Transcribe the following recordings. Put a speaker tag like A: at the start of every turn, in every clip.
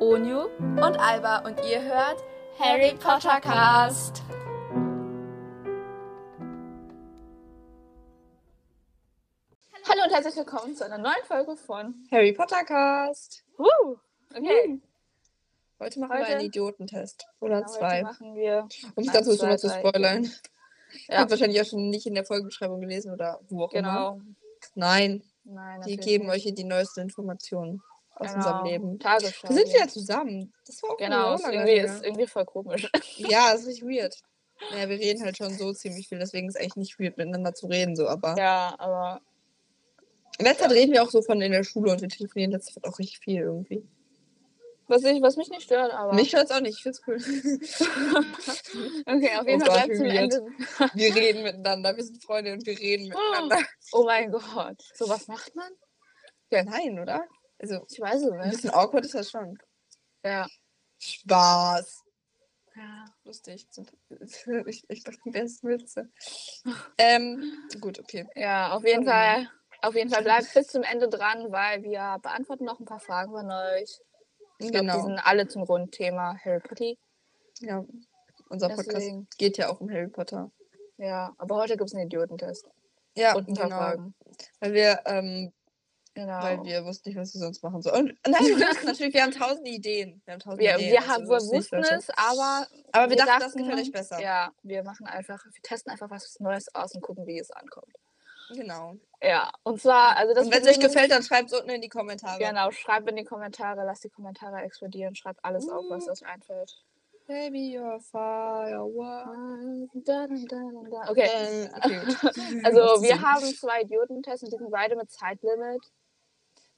A: Onyu und Alba und ihr hört Harry Potter Cast. Hallo und herzlich willkommen zu einer neuen Folge von
B: Harry Potter Cast.
A: Huh,
B: Hm.
A: okay.
B: Heute machen wir
A: Heute- Genau,
B: einen Idiotentest. Oder
A: Heute
B: zwei.
A: machen wir.
B: Um nicht
A: Eins,
B: dazu
A: zwei,
B: schon mal zu
A: drei.
B: spoilern.
A: Ja.
B: Habt wahrscheinlich auch schon nicht in der Folgenbeschreibung gelesen oder wo auch immer.
A: Genau.
B: Nein,
A: Nein,
B: die
A: natürlich
B: geben
A: nicht.
B: euch hier die neuesten Informationen aus
A: Genau.
B: unserem Leben.
A: Tagesschau.
B: Wir sind wieder zusammen. Das war auch
A: Genau,
B: schon
A: ist
B: lange
A: irgendwie,
B: her.
A: ist irgendwie voll komisch.
B: Ja, ist richtig weird. Naja, wir reden halt schon so ziemlich viel, deswegen ist eigentlich nicht weird, miteinander zu reden, so, aber.
A: ja, aber
B: In letzter Zeit reden wir auch so von in der Schule und wir telefonieren, das wird auch richtig viel irgendwie.
A: was, ich, was mich nicht stört, aber.
B: Mich hört's auch nicht, ich find's cool.
A: Okay, auf jeden
B: Oh Gott,
A: Fall bleibt
B: wie
A: zum
B: weird.
A: Ende.
B: wir reden miteinander, wir sind Freunde und wir reden miteinander.
A: Oh mein Gott. So was macht man?
B: Ja, nein, oder? Also,
A: Ich weiß es
B: ein
A: nicht.
B: bisschen awkward ist das schon.
A: Ja.
B: Spaß.
A: ja.
B: Lustig. Ich, ich dachte, die besten Witze. Ähm, gut, okay.
A: Ja, auf jeden
B: Ja.
A: Fall. Auf jeden Fall bleibt bis zum Ende dran, weil wir beantworten noch ein paar Fragen von euch. Ich glaube, die
B: genau.
A: sind alle zum Grundthema Harry Potter.
B: Ja. Unser Podcast
A: Deswegen,
B: geht ja auch um Harry Potter.
A: ja, aber heute gibt es einen Idiotentest
B: Ja,
A: und ein paar
B: genau.
A: Fragen.
B: Weil wir, ähm,
A: Genau.
B: weil wir wussten nicht, was wir sonst machen sollen. Und, nein, wir wussten natürlich, wir haben tausend Ideen. Wir haben tausend
A: wir,
B: Ideen.
A: wir,
B: also
A: haben, wir
B: wussten nicht,
A: wussten
B: Leute.
A: es, aber
B: Aber wir,
A: wir
B: dachten, das
A: dachten,
B: gefällt euch besser.
A: ja, wir machen einfach, wir testen einfach was Neues aus und gucken, wie es ankommt.
B: Genau.
A: Ja, und zwar, also das
B: und wenn es euch
A: Problem ist-
B: gefällt, dann schreibt es unten in die Kommentare.
A: Genau, schreibt in die Kommentare, lasst die Kommentare explodieren, schreibt alles auf, was
B: Mm.
A: euch einfällt.
B: Baby, you're firework.
A: Okay,
B: Ähm, okay, gut.
A: Also wir haben zwei Idiotentests und die sind beide mit Zeitlimit.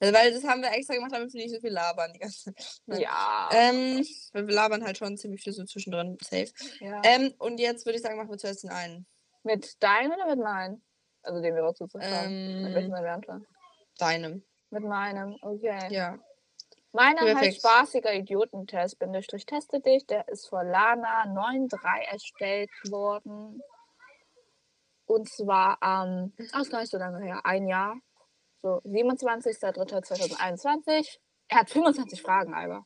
B: Also, weil das haben wir extra gemacht, damit wir nicht so viel labern die ganze Zeit. Nein.
A: Ja.
B: Ähm, weil wir labern halt schon ziemlich viel so zwischendrin. Safe.
A: Ah. ja.
B: Ähm, und jetzt würde ich sagen, machen wir zuerst den einen.
A: mit deinem oder mit meinem? Also den wir auch zuzuschreiben. mit welchem
B: Ähm,
A: wollen wir anfangen?
B: deinem.
A: Mit meinem, okay.
B: Ja.
A: Meiner heißt
B: perfekt.
A: spaßiger Idiotentest, Bindestrich teste dich. Der ist von Lana 93 erstellt worden. Und zwar am, ähm, oh, ist gar nicht so lange her, ein Jahr. So, 27.03.2021. Er hat 25 Fragen, Alba.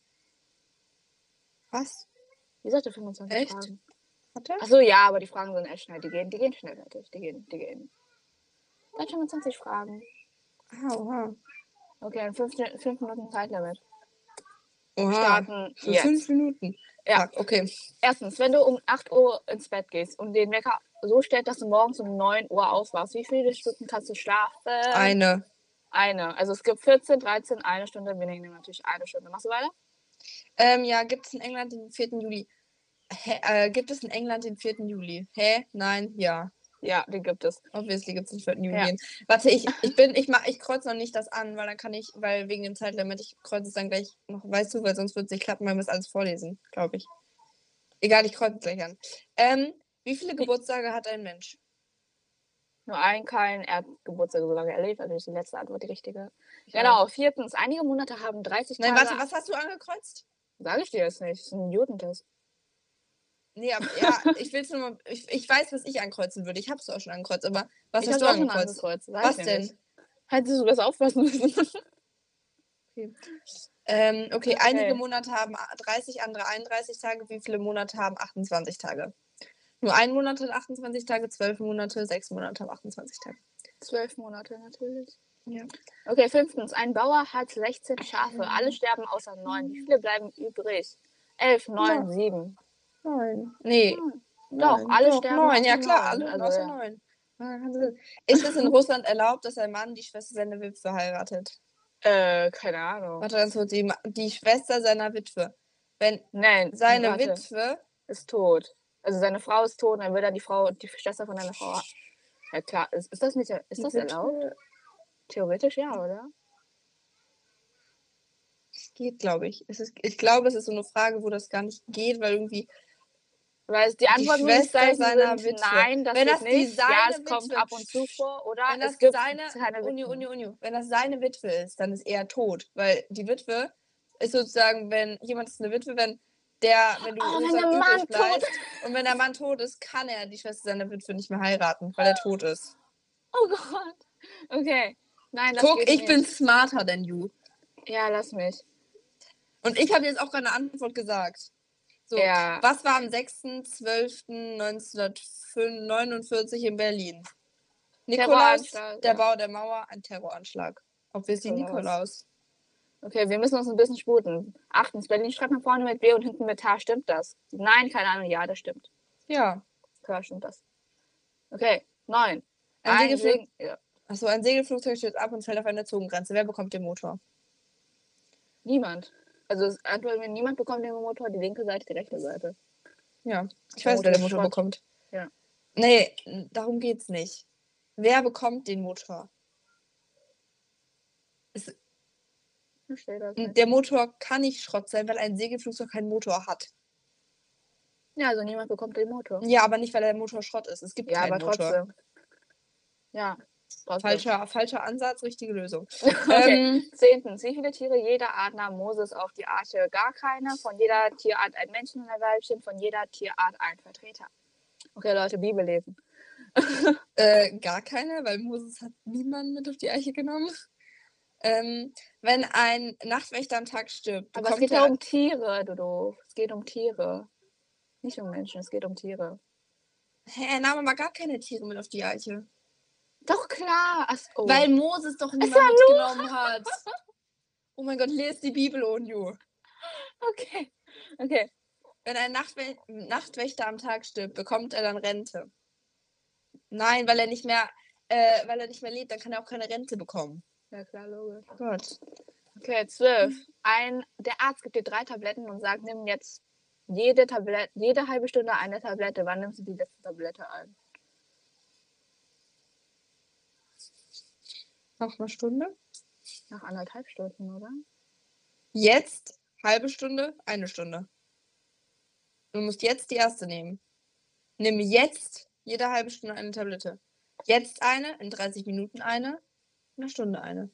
B: Was?
A: Wie sagt er 25
B: Echt?
A: Fragen?
B: Hat er?
A: Achso, ja, aber die Fragen sind echt schnell. Die gehen, die gehen schnell fertig. Die gehen, die gehen. Dann schon mal 20 Fragen.
B: Ah, oha.
A: Okay, ein 5 Minuten Zeitlimit.
B: Oha.
A: Starten
B: Für
A: jetzt.
B: fünf Minuten.
A: Ja.
B: Fuck, okay.
A: Erstens, wenn du um 8 Uhr ins Bett gehst und den Wecker so stellt, dass du morgens um 9 Uhr aufwachst, wie viele Stunden kannst du schlafen?
B: Eine.
A: Eine. Also es gibt 14, 13, eine Stunde. Wir nehmen natürlich eine Stunde. Machst du weiter?
B: Ähm, ja, gibt es in England den 4. Juli? Hä? Äh, gibt es in England den 4. Juli? Hä? Nein? Ja.
A: Ja, die gibt es.
B: Obviously gibt es den 4. Juli.
A: Ja.
B: Warte, ich, ich bin, ich mach, ich kreuze noch nicht das an, weil dann kann ich, weil wegen dem Zeitlimit, ich kreuze es dann gleich noch, weißt du, weil sonst wird es nicht klappen, weil wir es alles vorlesen, glaube ich. Egal, ich kreuze es gleich an. Ähm, wie viele Geburtstage hat ein Mensch?
A: Nur ein, kein. Er hat Geburtstag so lange erlebt. Also ist die letzte Antwort die richtige.
B: Ich
A: Genau. Viertens, einige Monate haben 30
B: Nein,
A: Tage.
B: warte, was hast du angekreuzt?
A: Sag ich dir jetzt nicht. Das ist ein Idiotentest.
B: Nee, aber ja, ich will es nur mal, ich, ich weiß, was ich ankreuzen würde. Ich habe es auch schon angekreuzt, aber was
A: Ich
B: hast
A: hab's
B: du
A: auch schon
B: angekreuzt?
A: angekreuzt, sag ich
B: Was
A: dir
B: denn?
A: nicht. Hättest du besser aufpassen müssen.
B: Ähm, okay,
A: Okay.
B: einige Monate haben 30, andere 31 Tage. Wie viele Monate haben 28 Tage? Nur ein Monat hat 28 Tage, zwölf Monate, sechs Monate haben 28 Tage.
A: Zwölf Monate natürlich.
B: Ja. Mhm.
A: Okay, fünftens. Ein Bauer hat 16 Schafe. Alle sterben außer neun. Wie viele bleiben übrig? Elf, neun, sieben.
B: Neun. Nee.
A: Hm. Doch, alle sterben
B: Neun,
A: außer
B: ja klar,
A: neun,
B: alle
A: also
B: außer
A: ja.
B: neun. Ja, kann Sinn. Ist es in Russland erlaubt, dass ein Mann die Schwester seiner Witwe heiratet?
A: Äh, keine Ahnung.
B: Warte ganz kurz, die, Ma- die Schwester seiner Witwe. Wenn
A: Nein,
B: seine
A: warte,
B: Witwe.
A: ist tot. Also seine Frau ist tot, dann will er die Frau, die Schwester von seiner Frau. Ja klar, ist, ist das nicht, ist das
B: die Witwe-
A: erlaubt? Theoretisch ja, oder?
B: Geht, glaube ich. Es ist, ich glaube, es ist so eine Frage, wo das gar nicht geht, weil irgendwie
A: Weil es die Antwort
B: Schwester
A: Möglichkeiten
B: seiner
A: sind,
B: Witwe.
A: nein, das
B: Wenn
A: geht
B: das die
A: nicht. Ja,
B: seine
A: es kommt
B: Witwe-
A: ab und zu vor, oder?
B: wenn das
A: Ah, es gibt
B: seine-
A: keine
B: Uni,
A: Witwen.
B: Uni, Uni. Wenn das seine Witwe ist, dann ist er tot, weil die Witwe ist sozusagen, wenn jemand ist eine Witwe, wenn der, wenn du
A: Oh, wenn
B: sozusagen
A: der Mann
B: übrig bleibst und wenn der Mann tot ist, kann er die Schwester seiner Witwe nicht mehr heiraten, weil er tot ist.
A: Oh Gott. Okay. Nein, das
B: Guck,
A: geht
B: ich
A: nicht.
B: bin smarter than you.
A: Ja, lass mich.
B: Und ich habe jetzt auch gerade eine Antwort gesagt. So,
A: Ja.
B: was war am 6.12.1949 in Berlin? Nikolaus,
A: Terroranschlag,
B: der
A: ja.
B: Bau der Mauer, ein Terroranschlag. Obviously Nikolaus.
A: Nikolaus. Okay, wir müssen uns ein bisschen sputen. Achtens, Berlin schreibt man vorne mit B und hinten mit H. Stimmt das? Nein, keine Ahnung. Ja, das stimmt.
B: Ja.
A: Klar stimmt das. Okay, neun.
B: Ein
A: Ein
B: Segelflug-
A: Segen- ja.
B: Achso, ein Segelflugzeug stürzt ab und fällt auf eine Zogengrenze. Wer bekommt den Motor?
A: Niemand. Also es antwortet mir, niemand bekommt den Motor, die linke Seite, die rechte Seite.
B: Ja. Ich
A: Der
B: weiß,
A: Motor
B: wer den
A: ist
B: Motor
A: Schrott.
B: bekommt.
A: Ja.
B: Nee, darum geht's nicht. Wer bekommt den Motor?
A: Da steht Hm, das nicht.
B: Der Motor kann nicht Schrott sein, weil ein Segelflugzeug keinen Motor hat.
A: Ja, also niemand bekommt den Motor.
B: Ja, aber nicht, weil der Motor Schrott ist. Es gibt
A: Ja,
B: keinen
A: aber
B: Motor.
A: trotzdem. Ja, trotzdem.
B: Falscher, falscher Ansatz, richtige Lösung.
A: Okay.
B: Ähm,
A: Zehntens, wie viele Tiere jeder Art nahm Moses auf die Arche? Gar keine. Von jeder Tierart ein Männchen und ein Weibchen, von jeder Tierart ein Vertreter. Okay, Leute, Bibel lesen.
B: äh, gar keine, weil Moses hat niemanden mit auf die Eiche genommen. Ähm, wenn ein Nachtwächter am Tag stirbt,
A: Aber es
B: bekommt
A: geht ja
B: er.
A: um Tiere, du doof. Es geht um Tiere. Nicht um Menschen, es geht um Tiere.
B: Hä, er nahm aber gar keine Tiere mit auf die Eiche.
A: Doch klar. Ach, oh.
B: Weil Moses doch niemanden mitgenommen hat. Oh mein Gott, lest die Bibel, oh, Onju.
A: okay. Okay.
B: Wenn ein Nachtwä Nachtwächter am Tag stirbt, bekommt er dann Rente. Nein, weil er nicht mehr, äh, weil er nicht mehr lebt, dann kann er auch keine Rente bekommen. Oh
A: Ja, klar, logisch.
B: Gott.
A: Okay, zwölf. Ein, der Arzt gibt dir drei Tabletten und sagt, nimm jetzt jede Tablette, jede halbe Stunde eine Tablette. Wann nimmst du die letzte Tablette ein?
B: Noch eine Stunde?
A: Nach anderthalb Stunden, oder?
B: Jetzt halbe Stunde, eine Stunde. Du musst jetzt die erste nehmen. Nimm jetzt jede halbe Stunde eine Tablette. Jetzt eine, in 30 Minuten eine, in einer Stunde eine.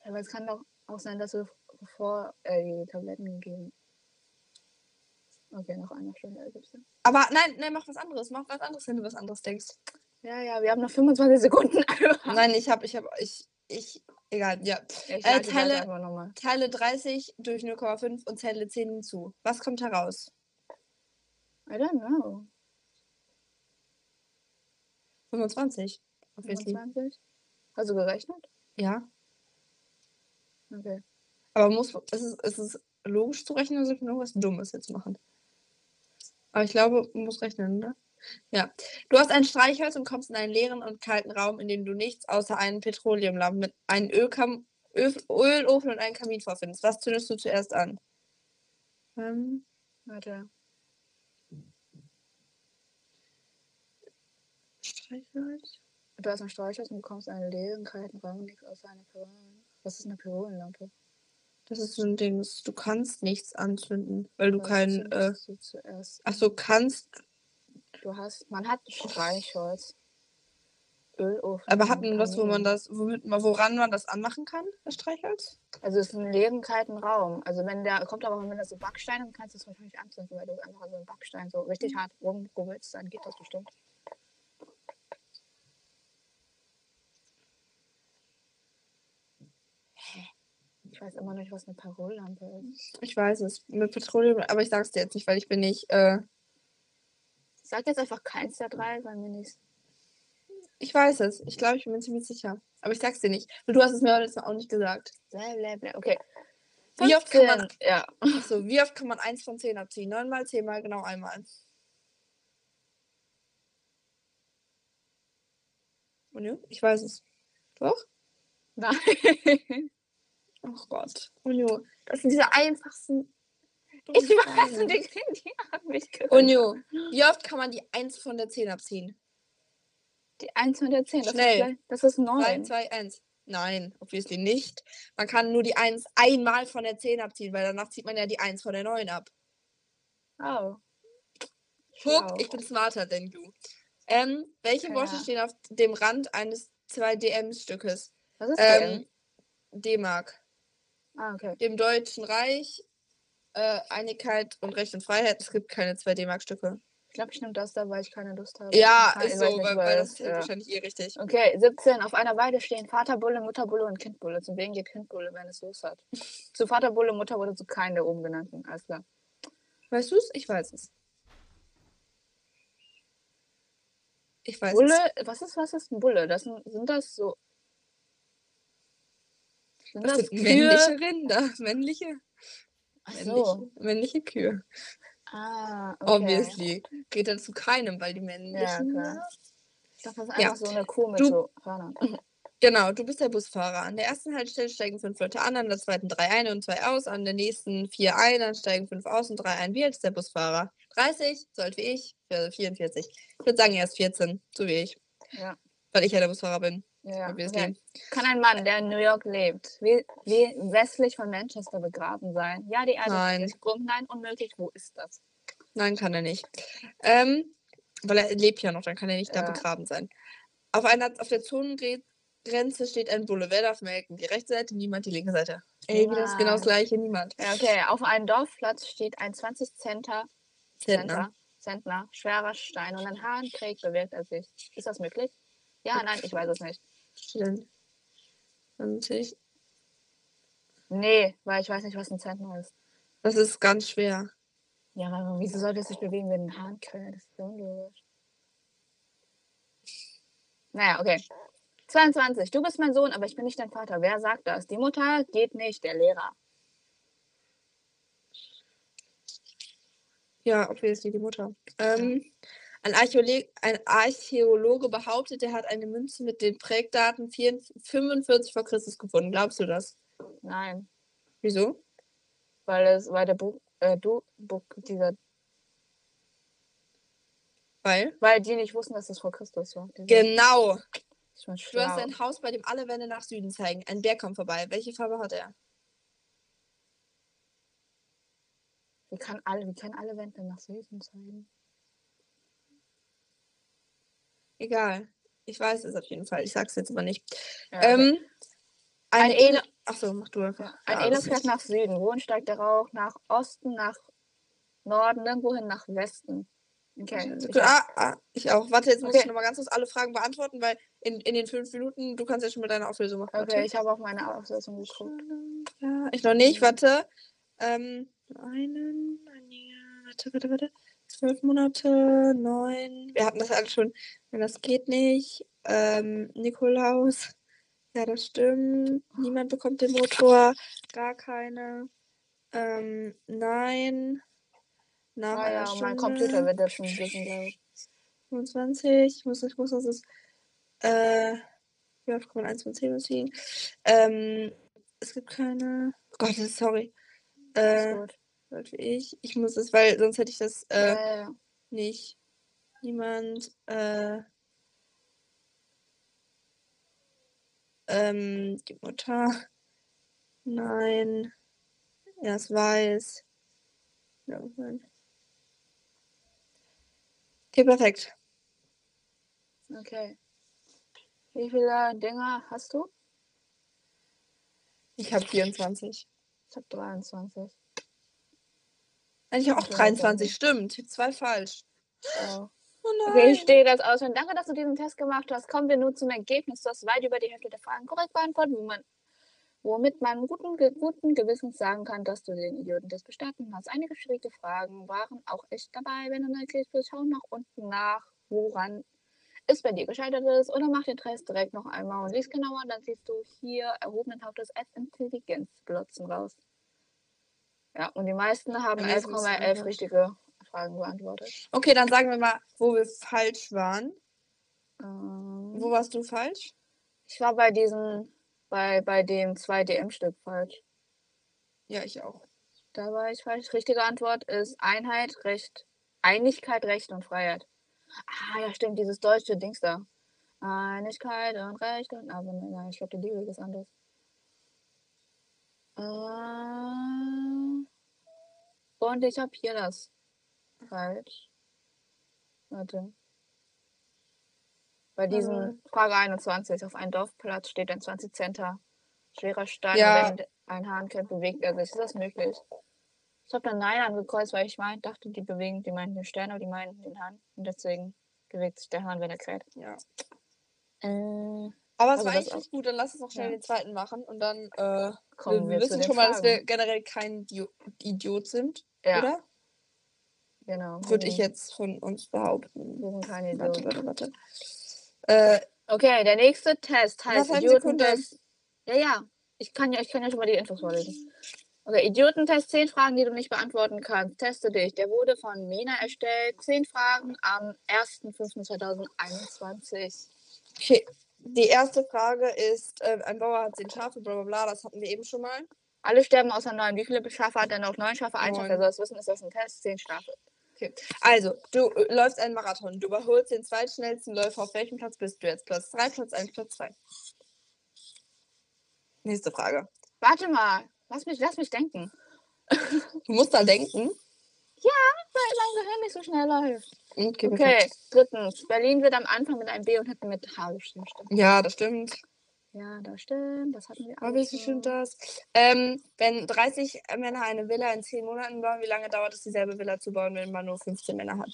A: Aber es kann doch auch sein, dass du bevor äh, die Tabletten gegeben. Okay, nach einer Stunde ergibt es.
B: Aber nein, nein, mach was anderes, mach was anderes, wenn du was anderes denkst.
A: Ja, ja, wir haben noch 25 Sekunden. Ah.
B: Nein, ich habe, ich habe, ich, ich, egal, ja.
A: ich
B: Äh,
A: äh,
B: Teile-
A: teile einfach nochmal.
B: Teile 30 durch 0,5 und zähle 10 hinzu. Was kommt heraus?
A: I don't know.
B: 25. Obviously.
A: 25? Hast du gerechnet?
B: Ja.
A: Okay.
B: Aber muss, ist es, ist es logisch zu rechnen oder soll ich nur was Dummes jetzt machen? Aber ich glaube, man muss rechnen, ne? Ja. Du hast ein Streichholz und kommst in einen leeren und kalten Raum, in dem du nichts außer einen Petroleumlampen mit einem Ölkam Öl Ölofen und einem Kamin vorfindest. Was zündest du zuerst an? Ähm,
A: Warte.
B: Streichholz?
A: Du hast ein Streichholz und bekommst einen leeren, kalten Raum und nichts außer eine Pyrolen. Was ist eine Pyrolenlampe?
B: Das ist so ein Ding, das- du kannst nichts anzünden, weil du
A: Was
B: kein. Äh,
A: zündest du zuerst.
B: ach so, kannst,
A: Du hast, man hat ein Streichholz. Ölofen.
B: aber
A: und
B: hat man was, wo man
A: Kamin.
B: das, womit man, woran man das anmachen kann, das Streichholz?
A: Also es ist ein leeren kalten Raum. Also wenn der kommt aber wenn das so Backstein, dann kannst du es wahrscheinlich anzünden, weil du einfach an so einen Backstein so richtig hart rumgewürzt, dann geht das bestimmt. Ich weiß immer nicht, was eine Parollampe ist.
B: Ich weiß es, mit Petroleum, aber ich sag's dir jetzt nicht, weil ich bin nicht. Äh,
A: Ich sag jetzt einfach keins der drei, weil mir nicht.
B: ich weiß es, ich glaube, ich bin mir ziemlich sicher. Aber ich sag's dir nicht, weil du hast es mir heute auch nicht gesagt.
A: Blä, blä, blä. Okay.
B: Wie oft kann man-
A: 15. Ja.
B: Ach so, wie oft kann man eins von zehn abziehen? Neunmal, zehnmal, genau einmal. Und ja, ich weiß es. Doch?
A: Nein.
B: Ach Oh Gott. Unio, das sind diese einfachsten.
A: Ich weiß nicht, die haben mich gerührt.
B: Unio, wie oft kann man die 1 von der 10 abziehen?
A: Die 1 von der 10. Das
B: Schnell.
A: Ist, gleich- das ist
B: 2,
A: 9.
B: 2, 1. Nein, obviously nicht. Man kann nur die 1 einmal von der 10 abziehen, weil danach zieht man ja die 1 von der 9 ab.
A: Oh.
B: Guck,
A: Schlau.
B: ich bin smarter denn du. Ähm, welche
A: Ja.
B: Worte stehen auf dem Rand eines 2DM-Stückes?
A: Was ist
B: Ähm, D-Mark.
A: denn? Ah, okay.
B: Dem Deutschen Reich, äh, Einigkeit und Recht und Freiheit. Es gibt keine 2D-Mark-Stücke.
A: glaube, ich nehme das da, weil ich keine Lust habe.
B: Ja,
A: Keine-
B: ist
A: ich
B: so,
A: weiß nicht,
B: weil,
A: weil-
B: weil das ist
A: ja.
B: wahrscheinlich eh richtig.
A: Okay, 17. Auf einer Weide stehen Vaterbulle, Mutterbulle und Kindbulle. Zu wem geht Kindbulle, wenn es Lust hat? Zu Vaterbulle, Mutterbulle, zu keinem der oben genannten. Alles klar.
B: Weißt du es? Ich weiß es. Ich weiß
A: Bulle,
B: es.
A: was ist, was ist ein Bulle? Das sind, sind das so. Sind
B: Das
A: das
B: sind
A: Kühe?
B: männliche Rinder, männliche,
A: Ach so.
B: männliche, männliche Kühe.
A: Ah, okay.
B: Obviously. Geht dann zu keinem, weil die männlichen.
A: klar. Ich dachte, das ist
B: Ja.
A: einfach so eine Kuh mit
B: Du-
A: so Hörnern.
B: Genau, du bist der Busfahrer. An der ersten Haltestelle steigen fünf Leute an, an der zweiten drei ein und zwei aus, an der nächsten vier ein, dann steigen fünf aus und drei ein. Wie alt ist der Busfahrer? 30, so alt wie ich, also 44. Ich würde sagen, er ist 14, so wie ich.
A: Ja.
B: Weil ich ja der Busfahrer bin.
A: Ja,
B: obviously.
A: okay. Kann ein Mann, der in New York lebt, wie, wie westlich von Manchester begraben sein? Ja, die Erde
B: Nein.
A: ist nicht rum. Nein, unmöglich. Wo ist das?
B: Nein, kann er nicht. Ähm, weil er lebt ja noch, dann kann er nicht
A: Ja.
B: da begraben sein. Auf, einer, auf der Zonengrenze steht ein Bulle. Wer darf melken? Die rechte Seite, niemand, die linke Seite. Ey, wie das ist genau das gleiche, niemand.
A: Ja, okay. Auf einem Dorfplatz steht ein 20 Center,
B: Zentner.
A: Zentner, Zentner schwerer Stein und ein Haarenkrieg bewirkt er sich. Ist das möglich? Ja, nein, ich weiß es nicht.
B: 20.
A: Nee, weil ich weiß nicht, was ein Zentner ist.
B: Das ist ganz schwer.
A: Ja, aber wieso sollte es sich bewegen, wenn ein Haarenkrieg? Das ist so unlogisch. Naja, okay. 22. Du bist mein Sohn, aber ich bin nicht dein Vater. Wer sagt das? Die Mutter geht nicht, der Lehrer.
B: Ja, obviously die Mutter. Ähm, ein, Archäole ein Archäologe behauptet, er hat eine Münze mit den Prägdaten 44 45 vor Christus gefunden. Glaubst du das?
A: Nein,
B: Wieso?
A: weil es, weil der Buch, äh, du, Buch, dieser,
B: Weil?
A: weil die nicht wussten, dass das vor Christus war. Die-
B: Genau.
A: Ich bin
B: Du hast
A: schlau.
B: ein Haus, bei dem alle Wände nach Süden zeigen. Ein Bär kommt vorbei. Welche Farbe hat er?
A: Wie, kann alle, wie können alle Wände nach Süden zeigen?
B: Egal. Ich weiß es auf jeden Fall. Ich sag's jetzt aber nicht.
A: Ja, okay.
B: Ähm, ein
A: Ein Ele-
B: Ele. Achso, mach du einfach.
A: Ein
B: Ja,
A: Eler
B: das-
A: fährt nach Süden. Wohin steigt der Rauch? Nach Osten, nach Norden, irgendwohin nach Westen. Okay.
B: Also,
A: ich-
B: ah, ah, ich auch. Warte, jetzt muss
A: Okay.
B: ich nochmal ganz kurz alle Fragen beantworten, weil in, in den fünf Minuten, du kannst ja schon mal deine Auflösung machen. Warte.
A: Okay, ich habe auf meine Aufsetzung geguckt.
B: Ja, ich noch nicht, warte. Ähm, einen, einen, warte, warte, warte. Zwölf Monate, neun. Wir hatten das alles schon. Nein, Das geht nicht. Ähm, Nikolaus. Ja, das stimmt. Niemand bekommt den Motor. Gar keine. Ähm, nein. Nach
A: Ah
B: einer
A: ja, mein
B: Stunde.
A: Computer wird jetzt schon ein bisschen laut.
B: 25, ich muss, ich muss, das ist, äh, wie oft kann man 1 von 10 beziehen? Ähm, es gibt keine, oh Gott, sorry, äh,
A: Ist gut.
B: sollte ich, ich muss es, weil sonst hätte ich das, äh,
A: Ja, ja.
B: nicht, niemand, äh, ähm, die Mutter, nein, er ist weiß, ja, nein. Okay, perfekt.
A: Okay. Wie viele Dinger hast du?
B: Ich habe 24.
A: Ich habe 23.
B: Eigentlich auch
A: Okay,
B: 23, stimmt. Zwei falsch.
A: Oh.
B: Oh
A: Okay, ich stehe das aus. Und danke, dass du diesen Test gemacht hast. Kommen wir nun zum Ergebnis. Du hast weit über die Hälfte der Fragen korrekt beantwortet, wo man, womit man guten, Ge- guten Gewissens sagen kann, dass du den Idiotentest bestanden hast. Einige schwierige Fragen waren auch echt dabei. Wenn du neugierig bist, schau nach unten nach, woran es bei dir gescheitert ist. Oder mach den Test direkt noch einmal und lies genauer. Dann siehst du hier erhobenen Hauptes als Intelligenzblotzen raus. Ja, und die meisten haben
B: Ja, das ist
A: 11,11
B: einfach.
A: richtige Fragen beantwortet.
B: Okay, dann sagen wir mal, wo wir falsch waren.
A: Ähm,
B: Wo warst du falsch?
A: Ich war bei diesem, bei, bei dem 2DM-Stück falsch.
B: Ja, ich auch.
A: Da war ich falsch. Richtige Antwort ist Einheit, Recht, Einigkeit, Recht und Freiheit. Ah, ja, stimmt, dieses deutsche Dings da. Einigkeit und Recht und aber nein, nein, ich glaube, die Liebe ist anders. Ähm, Und ich habe hier das falsch. Warte. Bei diesem Frage 21 auf einem Dorfplatz steht ein 20 Center schwerer Stein.
B: Ja.
A: Wenn ein Hahn kämpft, bewegt er sich. Ist das Also, möglich? Ich habe dann Nein angekreuzt, weil ich mein, dachte, die bewegen, die meinten den Stern, aber die meinten den Hahn. Und deswegen bewegt sich der Hahn, wenn er kräht.
B: Ja.
A: Äh,
B: Aber es war
A: Also das
B: eigentlich
A: auch.
B: richtig gut, dann lass uns noch schnell
A: Ja.
B: den zweiten machen und dann äh,
A: kommen
B: wir,
A: wir, zu
B: wissen
A: den
B: schon mal, dass wir
A: Fragen.
B: generell kein Dio Idiot sind,
A: Ja,
B: oder?
A: genau.
B: Würde ich
A: also,
B: jetzt von uns behaupten.
A: Wir sind keine
B: Mhm. Warte,
A: Idioten.
B: warte, warte. Äh,
A: Okay, der nächste Test heißt
B: eine
A: Idiotentest. Ja, ja. Ich kann ja, ich kann ja schon mal die Infos vorlesen. Okay, Idiotentest, zehn Fragen, die du nicht beantworten kannst. Teste dich. Der wurde von Mena erstellt. Zehn Fragen am 1.5.2021.
B: okay. Die erste Frage ist, äh, ein Bauer hat zehn Schafe, bla bla bla, das hatten wir eben schon mal.
A: Alle sterben außer neun. Wie viele Schafe hat er noch? Neun Schafe, ein Schaf.
B: Neun.
A: Er soll es wissen, ist das ein Test? Zehn Schafe.
B: Also, du äh, läufst einen Marathon, du überholst den zweitschnellsten Läufer. Auf welchem Platz bist du jetzt? Platz 3, Platz 1, Platz 2. Nächste Frage.
A: Warte mal. Lass mich, lass mich denken. Ah,
B: Du musst da denken.
A: Weil mein Gehirn nicht so schnell läuft.
B: Okay,
A: Okay, drittens. Berlin wird am Anfang mit einem B und hinten mit H bestimmt. Stimmt.
B: Ja, das stimmt.
A: Ja, das stimmt. Das hatten wir
B: Aber wie
A: schon.
B: stimmt das? Ähm, wenn 30 Männer eine Villa in 10 Monaten bauen, wie lange dauert es, dieselbe Villa zu bauen, wenn man nur 15 Männer hat?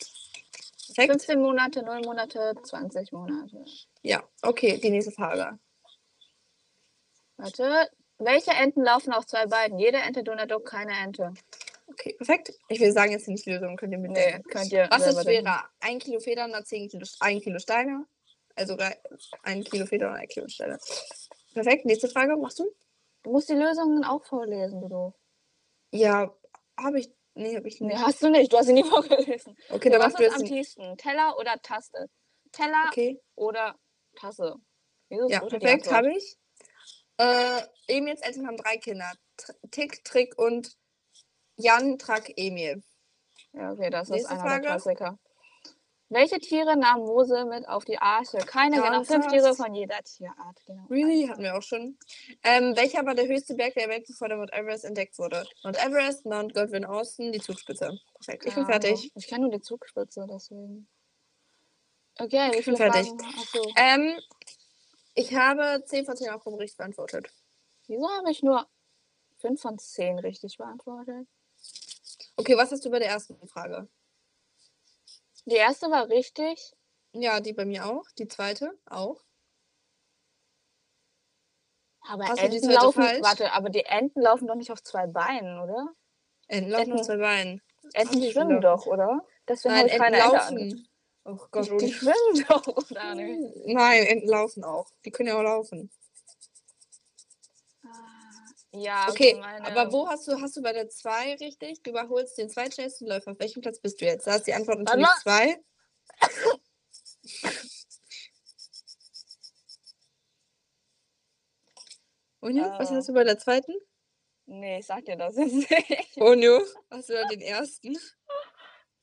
B: Perfekt?
A: 15 Monate, 0 Monate, 20 Monate.
B: Ja, okay, die nächste Frage.
A: Warte. Welche Enten laufen auf zwei Beinen? Jede Ente Donald Duck, keine Ente.
B: Okay, perfekt. Ich will sagen jetzt nicht die Lösung, könnt ihr
A: Nee,
B: mitdenken.
A: könnt ihr
B: Was ist
A: selber denken.
B: schwerer? Ein Kilo Federn oder 10 Kilo, ein Kilo Steine? Also drei- ein Kilo Federn oder ein Kilo Steine. Perfekt, nächste Frage, machst du?
A: Du musst die Lösungen auch vorlesen, du doof.
B: Ja, habe ich. Nee, habe ich
A: Nee,
B: nicht.
A: hast du nicht. Du hast sie nie vorgelesen.
B: Hm. Okay,
A: So,
B: dann
A: was
B: machst du
A: ist am
B: jetzt.
A: tiefsten? Teller oder Taste? Teller
B: Okay.
A: oder Tasse? Wieso ist
B: Ja,
A: Ute die
B: perfekt,
A: Antwort?
B: habe ich. Äh, Emils Eltern haben drei Kinder. Tr- Tick, Trick und Jan, Track, Emil.
A: Ja, okay, das ist
B: Nächste
A: einer
B: Frage.
A: der Klassiker. Welche Tiere nahm Mose mit auf die Arche? Keine,
B: Ja,
A: genau. Fünf
B: krass.
A: Tiere von jeder Tierart. Genau.
B: Really? Hatten wir auch schon. Ähm, welcher war der höchste Berg der Welt, bevor der Mount Everest entdeckt wurde? Mount Everest, Mount Godwin Austen, die Zugspitze. Perfekt, ich bin
A: Keine Ahnung.
B: fertig.
A: Ähm, Ich kann nur die Zugspitze, deswegen. Okay, wie
B: Ich bin
A: viele
B: fertig.
A: Fragen? Achso.
B: Ähm, ich habe 10 von 10 Aufgaben richtig beantwortet.
A: Wieso habe ich nur 5 von 10 richtig beantwortet?
B: Okay, was hast du bei der ersten Frage?
A: Die erste war richtig.
B: Ja, die bei mir auch. Die zweite auch.
A: Aber
B: Hast du die
A: Enten
B: zweite
A: laufen.
B: falsch?
A: Warte, aber die Enten laufen doch nicht auf zwei Beinen, oder?
B: Enten laufen auf
A: Enten-
B: zwei Beinen.
A: Enten
B: Enten
A: schwimmen
B: laufen.
A: doch, oder? Deswegen
B: Nein,
A: habe ich
B: Enten
A: keine Ente
B: laufen. Oh Gott,
A: ange- die, die
B: Uli.
A: schwimmen doch, oder nicht?
B: Nein, Enten laufen auch. Die können ja auch laufen.
A: Ah, Ja,
B: Hm. Okay,
A: meine-
B: aber wo hast du, hast du bei der 2 richtig? Du überholst den zweitschnellsten Läufer. Auf welchem Platz bist du jetzt? Da ist die Antwort natürlich
A: Warte
B: 2. Unio, was
A: Ah.
B: hast du bei der zweiten?
A: Nee, ich sag dir das jetzt nicht.
B: Unio, hast du bei den ersten?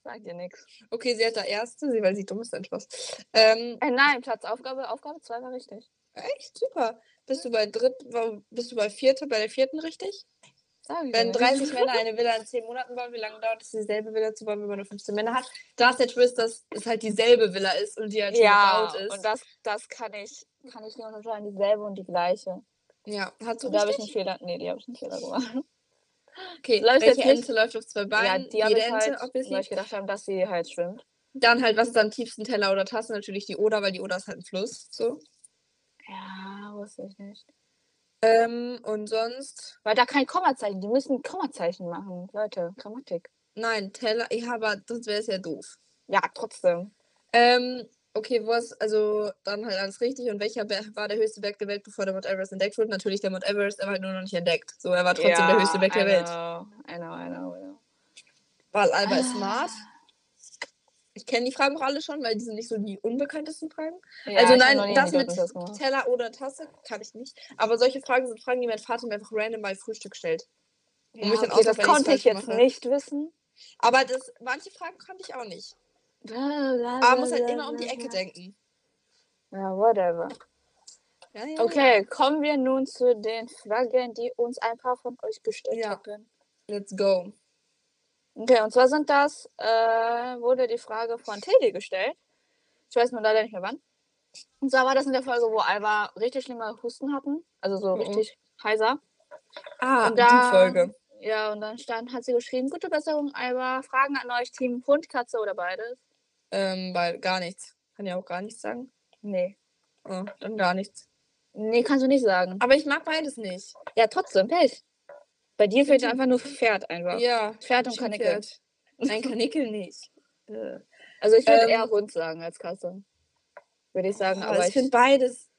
A: Sag dir nichts.
B: Okay, sie hat der erste, sie- weil sie dumm ist, ein Spaß. Ähm,
A: Äh, nein, Platzaufgabe, Aufgabe 2 war richtig.
B: echt super. Bist du bei dritt, wa- bist du bei vierter, bei der vierten richtig?
A: Sag ich dir
B: Wenn
A: nicht.
B: 30 Männer eine Villa in 10 Monaten bauen, wie lange dauert es, dieselbe Villa zu bauen, wenn man nur 15 Männer hat? Da ist der Twist, dass es halt dieselbe Villa ist und die halt schon
A: Ja,
B: gebaut ist.
A: und das, das kann ich, kann ich nicht unterscheiden. Dieselbe und die gleiche.
B: ja, hast du
A: Da habe ich
B: richtig?
A: einen Fehler. Nee, die habe ich einen Fehler gemacht.
B: Okay,
A: Läuft
B: welche
A: jetzt nicht.
B: Ente läuft auf zwei Beinen?
A: ja, die habe
B: Jede
A: ich halt,
B: Ente, obviously.
A: weil ich gedacht habe, dass sie halt schwimmt.
B: Dann halt, was ist am tiefsten Teller oder Tasse? Natürlich die Oder, weil die Oder ist halt ein Fluss. So.
A: Ja, wusste ich nicht.
B: Ähm, und sonst?
A: Weil da kein Kommazeichen, die müssen Kommazeichen machen. Leute, Grammatik.
B: Nein, Teller. Ja, aber sonst wäre es ja doof.
A: Ja, trotzdem.
B: Ähm, okay, was? Also, dann halt alles richtig. Und welcher Berg war der höchste Berg der Welt, bevor der Mount Everest entdeckt wurde? Natürlich der Mount Everest, er war halt nur noch nicht entdeckt. So, er war trotzdem
A: ja,
B: der höchste Berg der
A: I
B: Welt.
A: Know, I know, I know, I know.
B: Weil Alba ist
A: Ah.
B: smart. Ich kenne die Fragen auch alle schon, weil die sind nicht so die unbekanntesten Fragen.
A: Ja,
B: also
A: ich hab
B: nein,
A: noch nie
B: das
A: einen
B: mit
A: Idiotentest gemacht.
B: Teller oder Tasse kann ich nicht. Aber solche Fragen sind Fragen, die mein Vater mir einfach random bei Frühstück stellt.
A: Ja,
B: mich dann
A: okay, das
B: auswendig
A: konnte ich
B: falsch
A: jetzt
B: mache.
A: nicht wissen.
B: Aber das, manche Fragen konnte ich auch nicht. Aber
A: Aber
B: muss halt immer um die Ecke denken.
A: Ja, whatever.
B: Ja, ja,
A: Okay, kommen wir nun zu den Fragen, die uns ein paar von euch gestellt
B: Ja.
A: haben.
B: Ja. Let's go.
A: Okay, und zwar sind das, äh, wurde die Frage von Teddy gestellt. Ich weiß nur leider nicht mehr wann. Und zwar war das in der Folge, wo Alba richtig schlimme Husten hatten. Also so
B: Mhm.
A: richtig heiser.
B: Ah,
A: Und da-
B: die Folge.
A: Ja, und dann stand, hat sie geschrieben, gute Besserung, Alba. Fragen an euch, Team Hund, Katze oder beides?
B: Ähm, weil gar nichts. Kann ja auch gar nichts sagen.
A: Nee.
B: Oh, dann gar nichts.
A: Nee, kannst du nicht sagen.
B: Aber ich mag beides nicht.
A: Ja, trotzdem, Pech. Bei dir fehlt einfach nur Pferd einfach.
B: Ja.
A: Pferd und
B: schon
A: Kanickel.
B: Pferd. Nein, Kanickel nicht. Äh,
A: Also ich würde
B: Ähm.
A: eher Hund sagen als Katze. Würde ich sagen,
B: aber,
A: aber
B: Also ich finde
A: ich
B: beides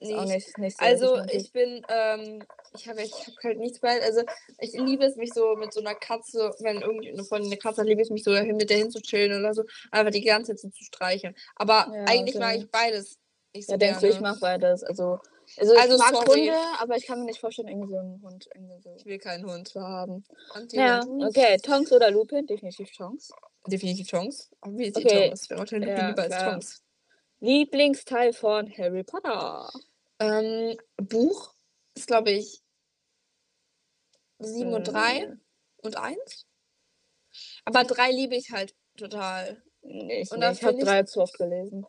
A: ist auch
B: nicht.
A: nicht, nicht so
B: Also
A: definitiv.
B: ich bin, ähm, ich habe ich hab halt nichts bei. Also ich liebe es mich so mit so einer Katze, wenn irgendeine Freundin eine Katze hat, liebe ich mich so dahin, mit der hinzuchillen oder so, einfach die ganze Zeit so zu streicheln. Aber
A: Ja,
B: eigentlich mag
A: same.
B: ich beides nicht so
A: Ja, denkst du,
B: gerne.
A: ich mache beides. Also, also ich
B: Also,
A: mag
B: sorry.
A: Hunde, aber ich kann mir nicht vorstellen, irgendwie so einen Hund irgendwie so
B: Ich will keinen Hund.
A: zu haben.
B: Anti-
A: Ja,
B: Hund.
A: okay, Tonks oder Lupe, definitiv Tonks.
B: Definitiv Chance. Obviously
A: Okay.
B: Chance. Wer urteilt
A: Ja,
B: lieber als
A: klar.
B: Chance?
A: Lieblingsteil von Harry Potter.
B: Ähm, Buch ist, glaube ich, 7 und 3
A: Hm,
B: und 1. Aber 3 liebe ich halt total.
A: nee, Ich,
B: Und
A: nee,
B: dann
A: ich habe
B: find ich-
A: drei zu oft gelesen.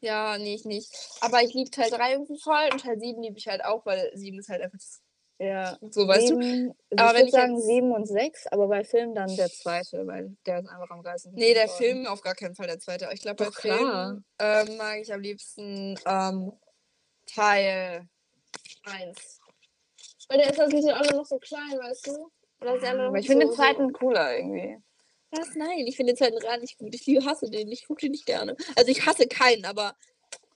B: Ja, nee, ich nicht. Aber ich liebe Teil 3 irgendwie voll und Teil 7 liebe ich halt auch, weil 7 ist halt einfach das-
A: Ja.
B: so, weißt du?
A: sieben, also
B: Aber
A: ich
B: wenn
A: würde
B: ich jetzt-
A: sagen sieben und sechs, aber bei Film dann der zweite, weil der ist einfach am geilsten.
B: Nee, der
A: geworden.
B: Film auf gar keinen Fall der zweite. Ich glaube, bei
A: Doch, klar.
B: Film ähm, mag ich am liebsten ähm, Teil 1. Weil der ist halt sind alle noch so klein, weißt du? Oder sind alle noch
A: Aber ich finde
B: so,
A: den zweiten cooler irgendwie.
B: So. Was? Nein, ich finde den zweiten gar nicht gut. Ich liebe, hasse den. Ich gucke den nicht gerne. Also ich hasse keinen, aber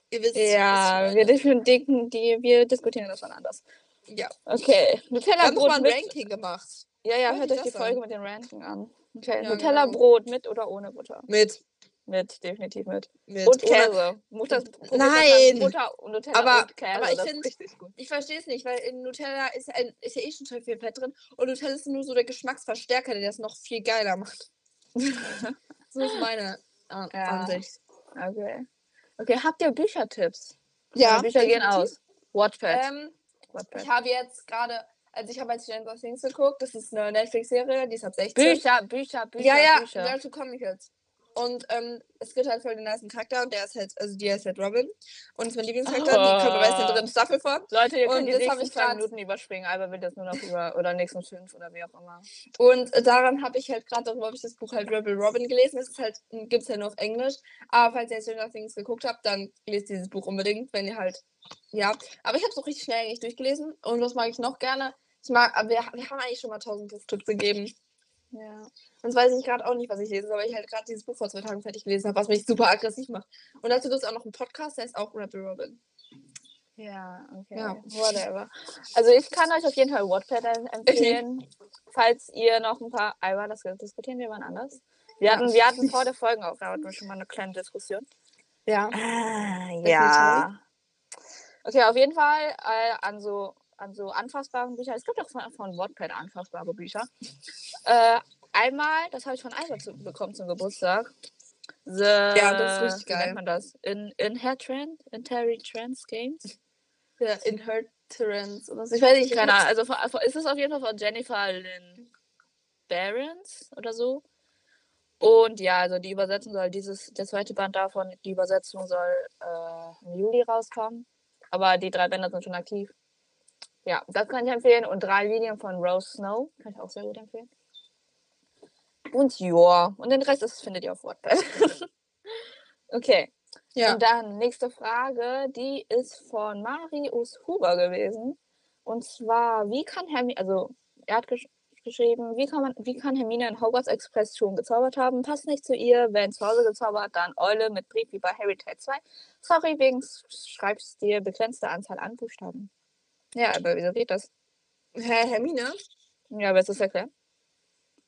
B: ihr wisst was
A: Ja,
B: ich
A: wir
B: meine.
A: diskutieren, die, wir diskutieren das mal anders.
B: ja.
A: Okay,
B: Wir haben doch
A: Nutella-Brot
B: mal ein
A: mit.
B: Ranking gemacht.
A: Ja, ja,
B: Wollte ich
A: hört euch die
B: das
A: Folge
B: an?
A: mit den Ranken an. Okay,
B: Ja, genau.
A: Nutella-Brot mit oder ohne Butter?
B: Mit.
A: Mit, definitiv mit.
B: mit
A: Und
B: ohne-
A: Käse. Mutters Brot
B: Nein!
A: mit Butter und Nutella
B: Aber-
A: und Käse.
B: aber ich
A: das ist
B: find-
A: richtig gut.
B: Ich verstehe es nicht, weil in Nutella ist, ja ein, ist ja eh schon total viel Fett drin und Nutella ist nur so der Geschmacksverstärker, der das noch viel geiler macht. so ist meine An
A: Ja.
B: Ansicht.
A: Okay. Okay, habt ihr Büchertipps? Meine Bücher gehen
B: definitiv.
A: aus. Wattpad.
B: Ähm,
A: Wattpad.
B: ich habe jetzt gerade, also ich habe jetzt Stranger Things geguckt, das ist eine Netflix-Serie, die ist ab 16.
A: Bücher, Bücher, Bücher,
B: ja, ja,
A: Bücher.
B: dazu komme ich jetzt. Und ähm, es gibt halt voll den niceen Charakter und der ist halt, also die heißt halt Robin. Und ist mein Lieblingscharakter, die halt kommt aber erst in der dritten Staffel vor.
A: Leute, ihr
B: Und
A: könnt die
B: das hab
A: nächsten
B: ich
A: zwei
B: grad-
A: Minuten überspringen. Alba wird jetzt nur noch über, oder nächsten fünf oder wie auch immer.
B: Und äh, daran habe ich halt gerade, darüber habe ich das Buch halt Rebel Robin gelesen. Es ist halt, gibt es ja nur auf Englisch. Aber falls ihr jetzt Stranger Things geguckt habt, dann lest dieses Buch unbedingt, wenn ihr halt, ja. Aber ich habe es auch richtig schnell eigentlich durchgelesen. Und was mag ich noch gerne? Ich mag, aber wir, wir haben eigentlich schon mal 1000 Buchtipps gegeben.
A: Ja.
B: Sonst weiß ich gerade auch nicht, was ich lese, aber ich halt gerade dieses Buch vor zwei Tagen fertig gelesen habe, was mich super aggressiv macht. Und dazu gibt es auch noch einen Podcast, der ist auch Rebel Robin.
A: Ja, okay.
B: Ja.
A: Whatever. Also ich kann euch auf jeden Fall Wattpad em- empfehlen. falls ihr noch ein paar Alba, das diskutieren wir mal anders. Wir,
B: Ja.
A: hatten, wir hatten vor der Folgenaufnahme schon mal eine kleine Diskussion.
B: Ja.
A: Ah,
B: ja.
A: Okay, auf jeden Fall äh, an, so, an so anfassbaren Büchern. Es gibt auch von, von Wattpad anfassbare Bücher. Äh, einmal, das habe ich von Alba zu, bekommen zum Geburtstag. The, ja,
B: das ist richtig
A: Wie
B: geil.
A: nennt man das? In, in Hair Trend? In Terry Trends Games?
B: Der Inheritance oder so. Ich weiß nicht,
A: Keine Ahnung. Also von, von, ist es auf jeden Fall von Jennifer Lynn Barons oder so. Und ja, also die Übersetzung soll dieses, der zweite Band davon, die Übersetzung soll äh, im Juli rauskommen. Aber die drei Bänder sind schon aktiv. Ja, das kann ich empfehlen. Und drei Linien von Rose Snow kann ich auch sehr gut empfehlen. Und ja, und den Rest das findet ihr auf WordPad. okay,
B: Ja.
A: und dann nächste Frage, die ist von Marius Huber gewesen. Und zwar, wie kann Hermine, also er hat gesch geschrieben, wie kann, man, wie kann Hermine in Hogwarts Express schon gezaubert haben? Passt nicht zu ihr, wenn zu Hause gezaubert, dann Eule mit Brief wie bei Harry Teil 2. Sorry, wegen S- Schreibstil, begrenzte Anzahl an Buchstaben. Ja, aber wieso geht das?
B: Herr Hermine,
A: Ja, willst du es erklären?